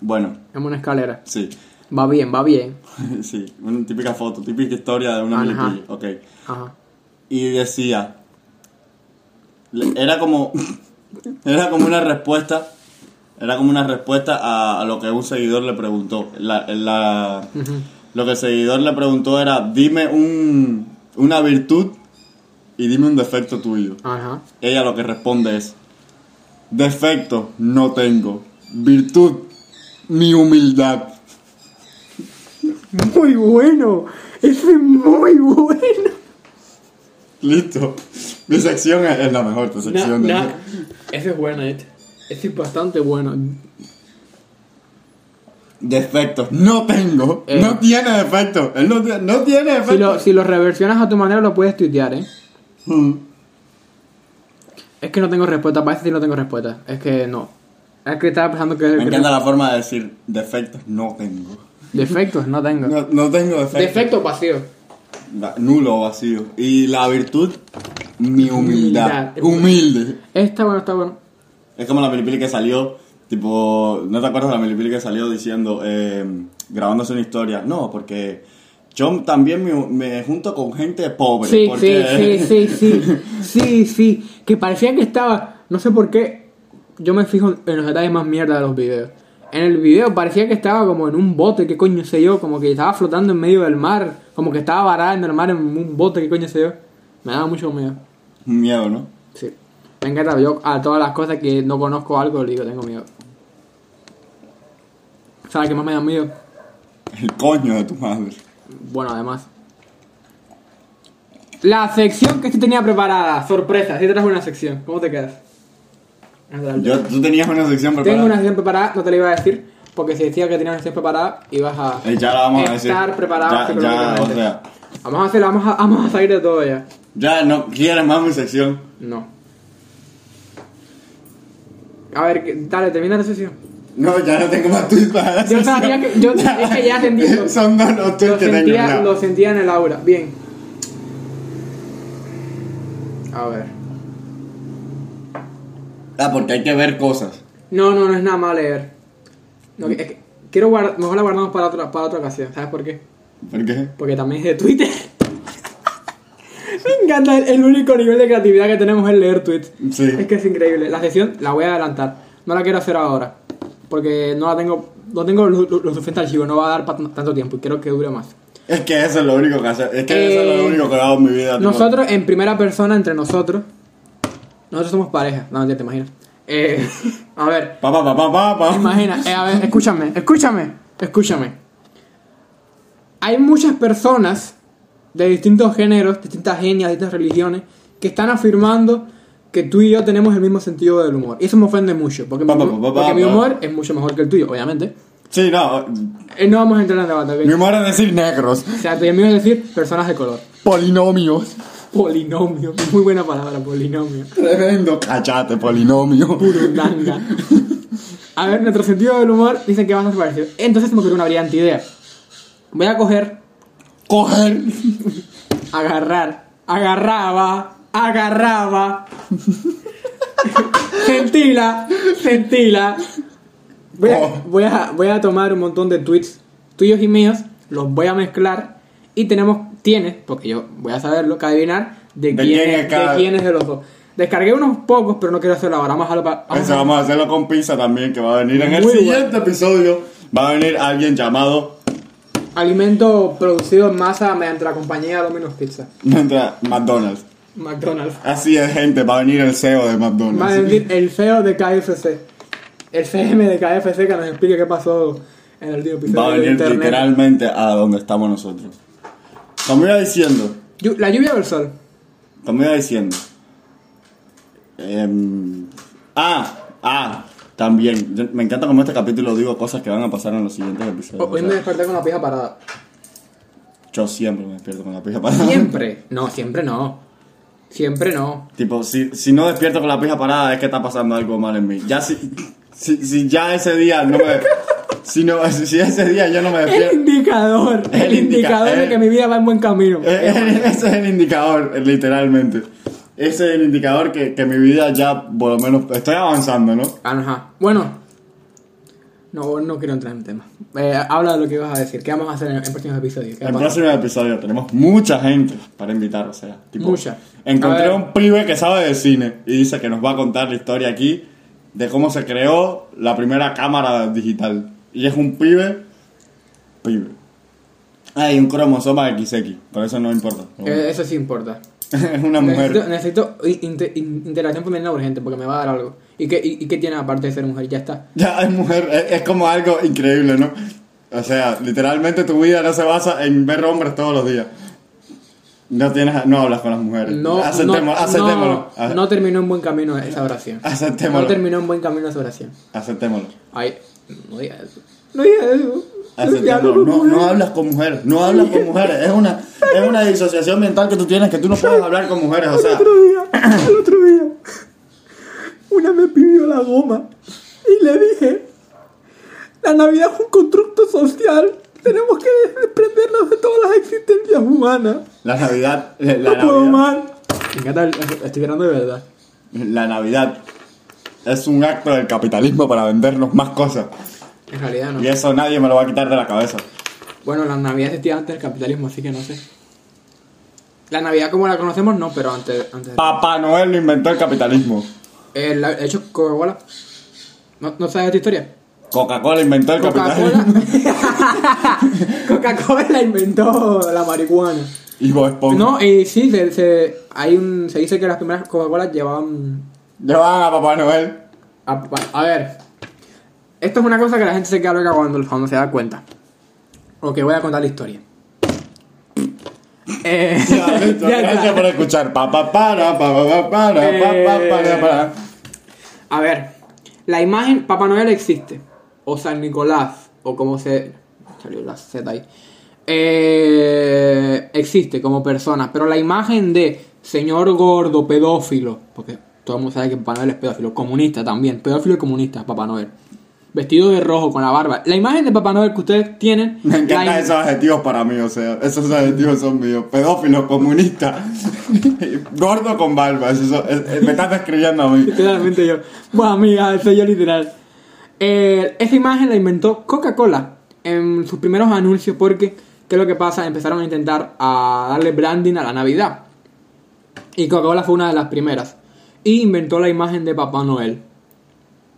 B: Bueno,
A: es una escalera.
B: sí. [laughs]
A: Va bien, va bien.
B: sí, una típica foto, típica historia de una
A: Ajá.
B: milipili. Ok.
A: Ajá.
B: y decía le- era como era como una respuesta era como una respuesta a, a lo que un seguidor le preguntó La- la-
A: Ujú.
B: lo que el seguidor le preguntó era dime un, una virtud y dime un defecto tuyo
A: Ajá.
B: ella lo que responde es defecto no tengo virtud mi humildad
A: Muy bueno. Ese es muy bueno.
B: listo mi sección es, es la mejor tu sección de-
A: Ese es bueno, este. Ese es bastante bueno.
B: Defectos. No tengo.
A: Eh.
B: No tiene defectos. Él no, tie- no
A: Si
B: tiene
A: lo,
B: defectos.
A: si lo reversionas a tu manera lo puedes tuitear, ¿eh?
B: Mm.
A: Es que no tengo respuesta, parece que no tengo respuesta. Es que no. Es que estaba pensando que...
B: Me encanta la forma de decir defectos. No tengo.
A: Defectos, no tengo.
B: No, no tengo defectos.
A: Defecto pasivo.
B: Va- Nulo o vacío. Y la virtud, mi humildad.
A: Humildad.
B: Humilde.
A: Está bueno, está bueno.
B: Es como la película que salió. Tipo, ¿no te acuerdas de la película que salió diciendo, eh, grabándose una historia? No, porque yo también me, me junto con gente pobre.
A: Sí, sí,
B: porque-
A: sí, sí, sí,
B: [laughs]
A: sí, sí, que parecía que estaba, no sé por qué, yo me fijo en los detalles más mierda de los videos. En el video parecía que estaba como en un bote, qué coño sé yo, como que estaba flotando en medio del mar, como que estaba varada en el mar en un bote, qué coño sé yo. Me da mucho miedo.
B: Miedo, ¿no?
A: Sí. Me encanta. Yo a todas las cosas que no conozco algo le digo, tengo miedo. ¿Sabes qué más me da miedo?
B: El coño de tu madre.
A: Bueno, además. La sección que sí tenía preparada. Sorpresa, sí traes una sección. ¿Cómo te quedas? Adelante.
B: Yo, tú tenías una sección preparada.
A: Tengo una sección preparada, no te la iba a decir, porque si decía que tenía una sección preparada, ibas a
B: Eh, ya la vamos a decir.
A: estar preparado
B: Ya, ya, o
A: psicológicamente.
B: sea.
A: Vamos a hacerla, vamos a, vamos a salir de todo ya.
B: Ya no quieres más mi sección.
A: No. A ver, que- dale, termina la sesión.
B: No, ya no tengo más tweets para la
A: Yo
B: sección.
A: sabía que- yo- es que
B: [laughs]
A: ya te entiendo.
B: Son dos los
A: Lo
B: tweets que tengo.
A: sentía,
B: ya.
A: lo sentía en el aura. Bien. A ver.
B: Ah, porque hay que ver cosas.
A: No, no, no es nada más leer. No, es que quiero guardar, mejor la guardamos para otra, para otra ocasión. ¿Sabes por qué?
B: ¿Por qué?
A: Porque también es de Twitter. [laughs] Me encanta, el, el único nivel de creatividad que tenemos es leer tweets.
B: Sí.
A: Es que es increíble. La sesión la voy a adelantar. No la quiero hacer ahora. Porque no la tengo. No tengo lo, lo- lo suficiente archivo. No va a dar pa- tanto tiempo. Y quiero que dure más.
B: Es que eso es lo único que hace. Es que eso es
A: Eh,
B: lo único que hago en mi vida. tipo,
A: Nosotros, en primera persona, entre nosotros. Nosotros somos pareja. No, mentira, te imaginas. Eh, [laughs] a ver.
B: Pa, pa, pa, pa, pa, pa.
A: Imagina, eh, a ver, escúchame, escúchame, escúchame. Hay muchas personas de distintos géneros, distintas genias, distintas religiones, que están afirmando que tú y yo tenemos el mismo sentido del humor. Y eso me ofende mucho, porque, mi,
B: Pa, pa,
A: humo-
B: pa, pa,
A: porque mi
B: pa.
A: humor es mucho mejor que el tuyo, obviamente.
B: Sí, no.
A: Eh, no vamos a entrar en debate, ¿ok?
B: Mi humor es decir negros,
A: O sea, te mío es decir personas de color.
B: polinomios.
A: Polinomio, muy buena palabra, polinomio.
B: Tremendo. Cachate, polinomio.
A: Burundanga. A ver, nuestro sentido del humor dicen que va a ser parecido. Entonces me ocurrió una brillante idea. Voy a coger
B: Coger.
A: agarrar, agarraba, agarraba. sentila, sentila. Voy a,
B: Oh.
A: voy, a, voy a tomar un montón de tweets tuyos y míos, los voy a mezclar y tenemos, tienes, porque yo voy a saberlo, que adivinar de,
B: ¿De
A: quién,
B: quién
A: es,
B: es
A: de
B: cada-
A: quién es de los dos. Descargué unos pocos, pero no quiero hacerlo ahora. Vamos a dejarlo pa-
B: Eso Pues vamos a hacerlo con pizza también, que va a venir en el
A: Muy bueno.
B: siguiente episodio. Va a venir alguien llamado
A: Alimento producido en masa mediante la compañía Domino's Pizza.
B: mientras- McDonald's.
A: McDonald's.
B: Así es, gente. Va a venir el CEO de McDonald's.
A: Va a venir el feo de KFC. El CM de KFC que nos explique qué pasó en el último episodio
B: Va a
A: de
B: venir
A: internet.
B: literalmente a donde estamos nosotros. Como iba diciendo,
A: Llu- ¿La lluvia o el sol?
B: como iba diciendo. Em, ah, ah, también. Yo- me encanta como este capítulo digo cosas que van a pasar en los siguientes episodios.
A: Ho-
B: O
A: Oh, Hoy me
B: sea,
A: desperté con la pija parada.
B: yo siempre me despierto con la pija parada.
A: ¿Siempre? No, siempre no. Siempre no.
B: Tipo, si, si no despierto con la pija parada es que está pasando algo mal en mí. Ya si, si, si ya ese día no me... [laughs] Si, no, si ese día yo no me
A: El
B: despierto...
A: indicador. El, eh.
B: El indica-
A: indicador de
B: el-
A: que mi vida va en buen camino.
B: Eh, eh, [laughs] Ese es el indicador, eh, literalmente. Ese es el indicador que, que mi vida ya, por lo menos, estoy avanzando, ¿no?
A: Ah, Ajá. Bueno. No, no quiero entrar en tema. Eh, habla de lo que ibas a decir. ¿Qué vamos a hacer en, en próximos episodios? ¿Qué va a
B: En
A: pasar?
B: próximo episodio tenemos mucha gente para invitar, o sea, tipo,
A: Mucha. A
B: Encontré
A: ver.
B: un pibe que sabe de cine y dice que nos va a contar la historia aquí de cómo se creó la primera cámara digital. Y es un pibe, pibe. Hay un cromosoma XX, por eso no importa.
A: Eh, eso sí importa.
B: [laughs] es
A: Necesito,
B: una mujer.
A: necesito in- inte- in- interacción femenina urgente porque me va a dar algo. ¿Y qué, y, y qué tiene aparte de ser mujer? Ya está.
B: Ya, es mujer, es, es como algo increíble, ¿no? O sea, literalmente tu vida no se basa en ver hombres todos los días. No tienes, no hablas con las mujeres.
A: No,
B: Aceptémoslo,
A: no,
B: aceptémoslo, Ah.
A: no, no terminó en buen camino esa oración.
B: Aceptémoslo.
A: No terminó en buen camino esa oración.
B: aceptémoslo.
A: Ay, no digas eso. No digas eso.
B: Aceptémoslo.
A: hablo con
B: No,
A: mujeres.
B: no hablas con mujeres, no hablas con mujeres. Es una, es una disociación mental que tú tienes que tú no puedes hablar con mujeres. O
A: El
B: sea,
A: otro día, el otro día, una me pidió la goma y le dije, la Navidad es un constructo social, tenemos que desprendernos de todas las existencias humanas.
B: la Navidad, eh, la
A: No puedo
B: Navidad,
A: más. Me encanta, el- estoy llorando de verdad.
B: la Navidad es un acto del capitalismo para vendernos más cosas.
A: En realidad no.
B: Y eso nadie me lo va a quitar de la cabeza.
A: Bueno, la Navidad existía antes del capitalismo, así que no sé. La Navidad como la conocemos, no, pero antes... antes
B: Papá Noel lo inventó el capitalismo.
A: Eh, la- de hecho, Coca-Cola. ¿No, ¿No sabes esta historia?
B: Coca-Cola inventó el
A: Coca-Cola. [laughs]
B: capitalismo.
A: Coca-Cola inventó la marihuana.
B: Y Bob Esponja.
A: No, y sí, se, se- hay un, se dice que las primeras Coca-Colas llevaban
B: Llevaban a Papá Noel.
A: A, a ver, esto es una cosa que la gente se queda loca cuando, cuando se da cuenta. Ok, voy a contar la historia. Eh, [laughs]
B: Ya, listo.
A: ya
B: Gracias
A: está.
B: por escuchar. Pa, pa, para, pa, pa, pa, para, pa, pa, para, para.
A: A ver, la imagen Papá Noel existe. O San Nicolás, o como se... Salió la Z ahí. Eh, existe como persona, pero la imagen de señor gordo, pedófilo, porque todo el mundo sabe que Papá Noel es pedófilo, comunista también, pedófilo y comunista, Papá Noel. Vestido de rojo con la barba. La imagen de Papá Noel que ustedes tienen...
B: Me
A: la
B: encantan
A: im-
B: esos adjetivos para mí, o sea, esos adjetivos son míos. Pedófilo, comunista, [laughs] gordo con barba, eso- eso- es- es- me estás describiendo a mí.
A: Literalmente yo. Buah, amiga, soy yo literal. Eh, esa imagen la inventó Coca-Cola en sus primeros anuncios porque, ¿qué es lo que pasa? Empezaron a intentar a darle branding a la Navidad. Y Coca-Cola fue una de las primeras. Y inventó la imagen de Papá Noel.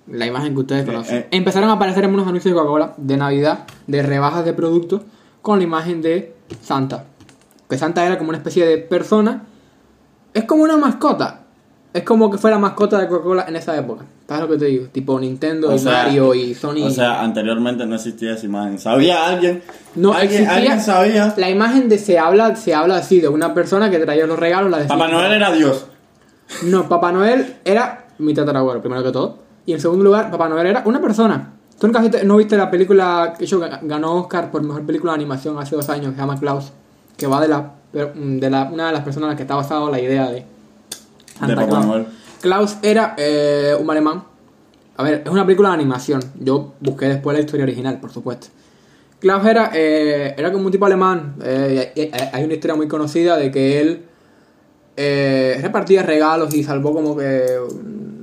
A: La imagen que ustedes conocen.
B: eh.
A: Empezaron a aparecer en unos anuncios de Coca-Cola de Navidad, de rebajas de productos, con la imagen de Santa. Que Santa era como una especie de persona es como una mascota. Es como que fuera mascota de Coca-Cola en esa época. ¿Sabes lo que te digo? Tipo Nintendo y Mario y Sony.
B: o sea, anteriormente no existía esa imagen. ¿Sabía alguien?
A: no
B: ¿Alguien,
A: existía.
B: alguien sabía?
A: La imagen de se habla, se habla así de una persona que traía los regalos, la decía-
B: Papá Noel era Dios.
A: No, Papá Noel era mi tatarabuelo, primero que todo. Y en segundo lugar, Papá Noel era una persona. ¿Tú nunca viste- no viste la película que yo ganó Oscar por mejor película de animación hace dos años, que se llama Klaus? Que va de la, mm, de la- una de las personas en las que está basada la idea de
B: De Papá
A: Claus.
B: Noel.
A: Klaus era eh, un alemán. A ver, es una película de animación. Yo busqué después la historia original, por supuesto. Klaus era, eh, era como un tipo alemán. Eh, y hay- hay- hay una historia muy conocida de que él eh, repartía regalos y salvó como que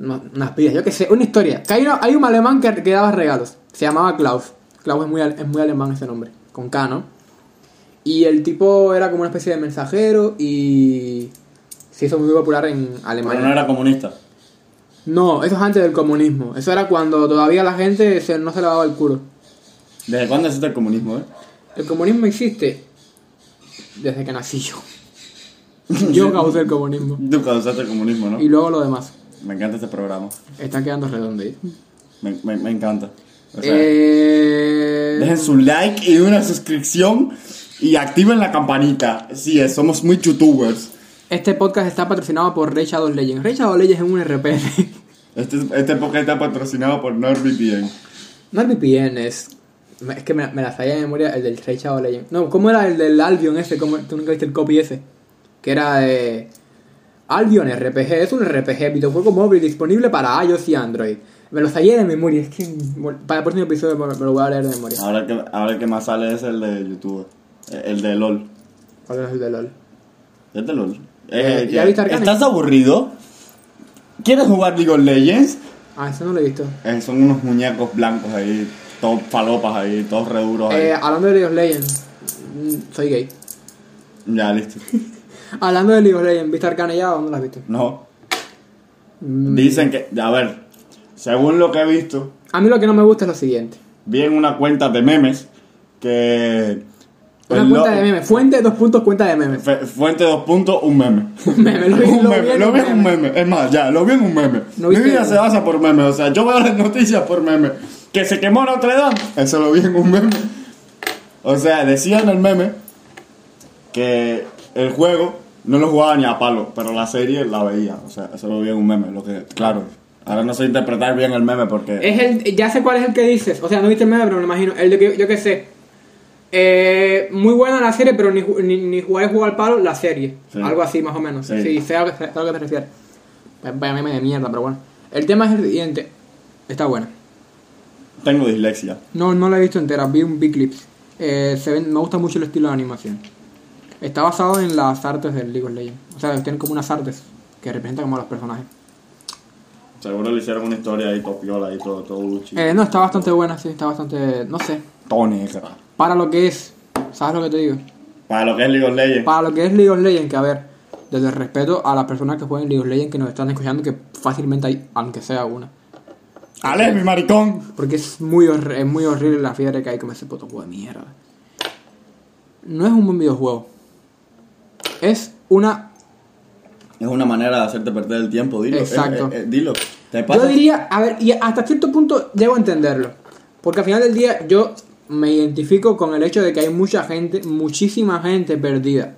A: una- unas vidas, yo qué sé, una historia. Que hay, una- hay un alemán que, que daba regalos, se llamaba Klaus. Klaus es muy, al- es muy alemán ese nombre, con K, ¿no? Y el tipo era como una especie de mensajero y se hizo muy popular en Alemania.
B: Pero no era comunista.
A: No, eso es antes del comunismo. Eso era cuando todavía la gente se- no se lavaba el culo.
B: ¿Desde cuándo existe el comunismo, eh?
A: El comunismo existe desde que nací yo. [laughs] Yo causé el comunismo.
B: Tú causaste el comunismo, ¿no?
A: Y luego lo demás.
B: Me encanta este programa.
A: Está quedando redondito.
B: Me, me- me encanta. O sea,
A: Eh,
B: Dejen su like y una suscripción y activen la campanita. Sí, es, somos muy youtubers.
A: Este podcast está patrocinado por Ray Shadow Legends. Ray Shadow Legends es un [laughs] RPL.
B: Este, este podcast está patrocinado por NordVPN.
A: No el VPN es. me- Es que me, me la sabía de memoria el del Ray Shadow Legends. No, ¿cómo era el del Albion ese? ¿Cómo, ¿Tú nunca viste el copy ese? Que era de. Albion RPG, es un RPG, videojuego móvil disponible para iOS y Android. Me lo sabía de memoria, es que. bueno, Para el próximo episodio me me lo voy a leer de memoria.
B: Ahora el que, ahora el que más sale es el de YouTube. eh, El de LOL.
A: ¿Cuál es el de LOL?
B: Es de LOL.
A: Eh,
B: Eh,
A: ¿ya
B: que-
A: viste Arcane?
B: ¿Estás aburrido? ¿Quieres jugar League of Legends?
A: Ah, eso no lo he visto.
B: Eh, son unos muñecos blancos ahí, todos falopas ahí, todos re duros ahí.
A: Eh, hablando de League of Legends, mm, soy gay.
B: Ya, listo.
A: Hablando de League of Legends, ¿viste Arcane ya o no la has visto?
B: No.
A: mm.
B: Dicen que, a ver, según lo que he visto,
A: A mí lo que no me gusta es lo siguiente:
B: vi en una cuenta de memes que...
A: una
B: el
A: cuenta
B: Pues lo-
A: de memes, fuente, dos puntos, cuenta de memes.
B: fe- Fuente dos puntos, un meme.
A: Meme, lo vi-
B: [laughs] un
A: lo vi
B: meme,
A: en
B: lo
A: un
B: vi en un
A: meme.
B: meme. Es más, ya, lo vi en un meme.
A: ¿No
B: Mi
A: viste
B: vida
A: el-
B: se basa por meme. O sea, yo veo las noticias por meme. Que se quemó Notre Dame. Eso lo vi en un meme. O sea, decía en el meme que el juego no lo jugaba ni a palo, pero la serie la veía. O sea, eso lo vi en un meme. Lo que, claro, ahora no sé interpretar bien el meme porque.
A: Es el, ya sé cuál es el que dices. O sea, no viste el meme, pero me lo imagino. El de que yo que sé. Eh, muy buena la serie, pero ni, ju- ni, ni jugar jugar al palo, la serie.
B: Sí.
A: Algo así, más o menos.
B: Sí.
A: Sí, sé a lo que, sé a lo que te refieres. Pues Vaya meme de mierda, pero bueno. El tema es el siguiente. Está bueno.
B: Tengo dislexia.
A: No, no la he visto entera, vi un big clips. Eh, se ven, me gusta mucho el estilo de animación. Está basado en las artes del League of Legends. O sea, tienen como unas artes que representan como a los personajes.
B: Seguro le hicieron una historia ahí, copiola y todo, todo Gucci.
A: Eh, no, está bastante buena, sí, está bastante. No sé.
B: Todo negra.
A: Para lo que es. ¿Sabes lo que te digo?
B: Para lo que es League of Legends.
A: Para lo que es League of Legends, que a ver, desde el respeto a las personas que juegan League of Legends que nos están escuchando, que fácilmente hay, aunque sea una.
B: Ale, mi maricón.
A: Porque es muy, hor- es muy horrible la fiebre que hay con ese puto juego de mierda. No es un buen videojuego. es una...
B: Es una manera de hacerte perder el tiempo, dilo. eh,
A: Exacto.
B: eh, eh, dilo. ¿Te
A: Yo
B: pasa?
A: diría, a ver, y hasta cierto punto debo entenderlo. Porque al final del día yo me identifico con el hecho de que hay mucha gente, muchísima gente perdida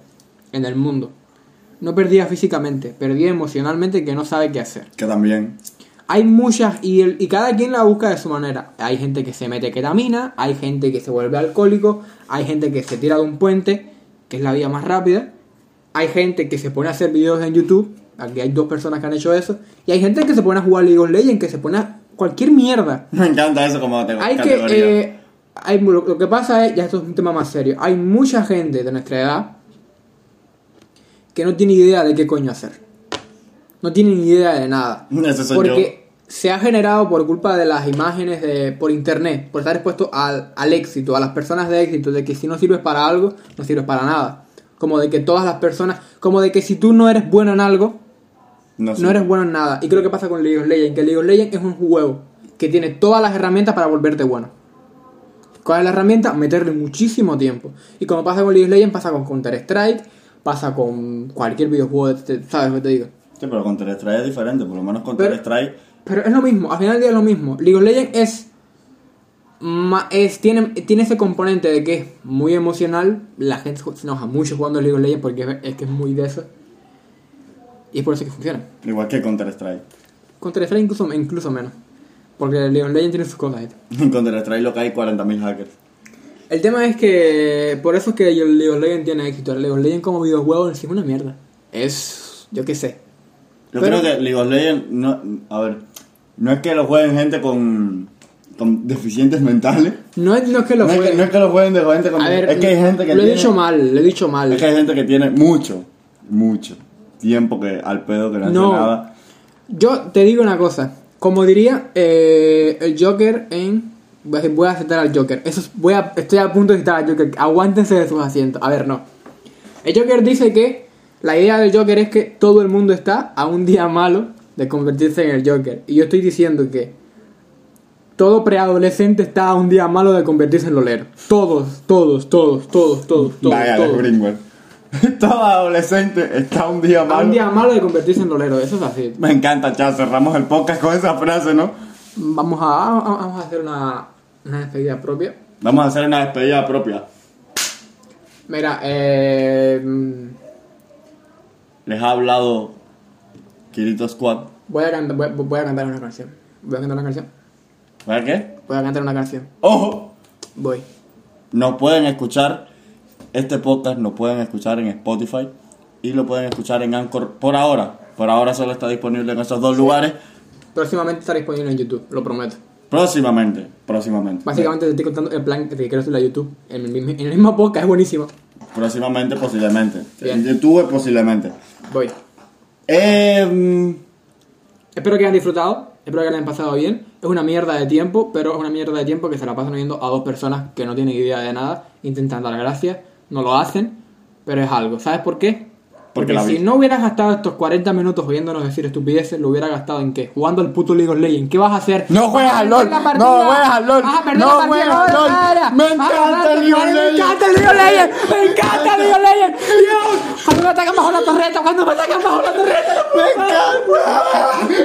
A: en el mundo. No perdida físicamente, perdida emocionalmente que no sabe qué hacer.
B: Que también.
A: Hay muchas y, el- y cada quien la busca de su manera. Hay gente que se mete ketamina, hay gente que se vuelve alcohólico, hay gente que se tira de un puente, que es la vía más rápida. Hay gente que se pone a hacer videos en YouTube, aquí hay dos personas que han hecho eso. Y hay gente que se pone a jugar League of Legends, que se pone a cualquier mierda.
B: [laughs] Me encanta eso como te
A: Hay que...
B: categoría.
A: eh, hay, lo, lo que pasa es, ya esto es un tema más serio, hay mucha gente de nuestra edad que no tiene idea de qué coño hacer. No tiene ni idea de nada
B: [laughs] Ese soy
A: porque se ha generado por culpa de las imágenes de por internet, por estar expuesto al, al éxito, a las personas de éxito, de que si no sirves para algo, no sirves para nada. Como de que todas las personas, como de que si tú no eres bueno en algo,
B: yo. No, sé.
A: no eres bueno en nada. Y creo que pasa con League of Legends, que League of Legends es un juego que tiene todas las herramientas para volverte bueno. ¿Cuál es la herramienta? Meterle muchísimo tiempo. Y como pasa con League of Legends, pasa con Counter-Strike, pasa con cualquier videojuego, de- este, ¿sabes lo que te digo?
B: Sí, pero Counter Strike es diferente, por lo menos Counter Strike.
A: Pero es lo mismo, al final del día es lo mismo. League of Legends es. ma- es tiene, tiene ese componente de que es muy emocional. La gente se enoja mucho jugando League of Legends porque es, es que es muy de eso. Y es por eso que funciona.
B: Igual que Counter Strike.
A: Contra Strike incluso, incluso menos. Porque League of Legends tiene sus cosas. ¿viste?
B: [laughs] En Counter Strike lo que hay 40.000 hackers.
A: El tema es que. Por eso es que el League of Legends tiene éxito. El League of Legends como videojuego en sí es una mierda. Es. Yo qué sé.
B: Yo
A: Pero-
B: creo que League of Legends, no, a ver, no es que lo jueguen gente con, con deficientes mentales.
A: No es, no es que lo
B: No es que,
A: jueguen.
B: no es que lo jueguen de gente con
A: A ver,
B: es que hay gente que
A: lo he
B: tiene,
A: dicho mal, lo he dicho mal.
B: Es que hay gente que tiene mucho, mucho tiempo que al pedo que no,
A: No.
B: hace nada.
A: Yo te digo una cosa. Como diría eh, el Joker en. Voy a- voy a citar al Joker. Eso es- voy a, estoy a punto de citar al Joker. Aguántense de sus asientos. A ver, no. El Joker dice que la idea del Joker es que todo el mundo está a un día malo de convertirse en el Joker. Y yo estoy diciendo que todo preadolescente está a un día malo de convertirse en Lolero. Todos, todos, todos, todos, todos, todos.
B: Vaya,
A: todos.
B: los Greenwell. [laughs] Todo adolescente está un día
A: A
B: malo.
A: un día malo de convertirse en Lolero. Eso es así.
B: Me encanta, chao, cerramos el podcast con esa frase, ¿no?
A: Vamos a, vamos a hacer una, una despedida propia.
B: Vamos a hacer una despedida propia.
A: Mira, eh, mm,
B: Les ha hablado Kirito Squad.
A: voy, a cantar, voy, voy a cantar una canción. Voy a cantar una canción.
B: ¿Para qué?
A: Voy a cantar una canción.
B: ¡Ojo!
A: Voy.
B: Nos pueden escuchar, este podcast nos pueden escuchar en Spotify y lo pueden escuchar en Anchor por ahora. Por ahora solo está disponible en esos dos lugares.
A: Próximamente estará disponible en YouTube, lo prometo.
B: Próximamente, próximamente.
A: Básicamente te estoy contando el plan que quiero hacer a YouTube en el mismo, en el mismo podcast, es buenísimo.
B: Próximamente, posiblemente.
A: Bien.
B: En YouTube, posiblemente.
A: Voy.
B: Eh,
A: Espero que hayan disfrutado, espero que la hayan pasado bien. Es una mierda de tiempo, pero es una mierda de tiempo que se la pasan oyendo a dos personas que no tienen idea de nada, intentan dar gracias, no lo hacen, pero es algo. ¿Sabes por qué? Porque,
B: Porque la
A: si
B: vi.
A: no hubieras gastado estos 40 minutos oyéndonos decir estupideces, lo hubieras gastado en qué? Jugando al puto League of Legends. ¿Qué vas a hacer?
B: No juegas
A: Vas a
B: al
A: perder
B: LOL,
A: la partida.
B: no juegas al Lol,
A: Vas a perder
B: no
A: la partida,
B: juegas al
A: no,
B: LOL.
A: nada.
B: Me
A: Vas a
B: encanta
A: ganar,
B: el League of
A: me
B: Legends.
A: encanta el League of Legends, me encanta el League of Legends. Dios, cuando me atacan bajo la torreta, cuando me atacan bajo la torreta.
B: me encanta.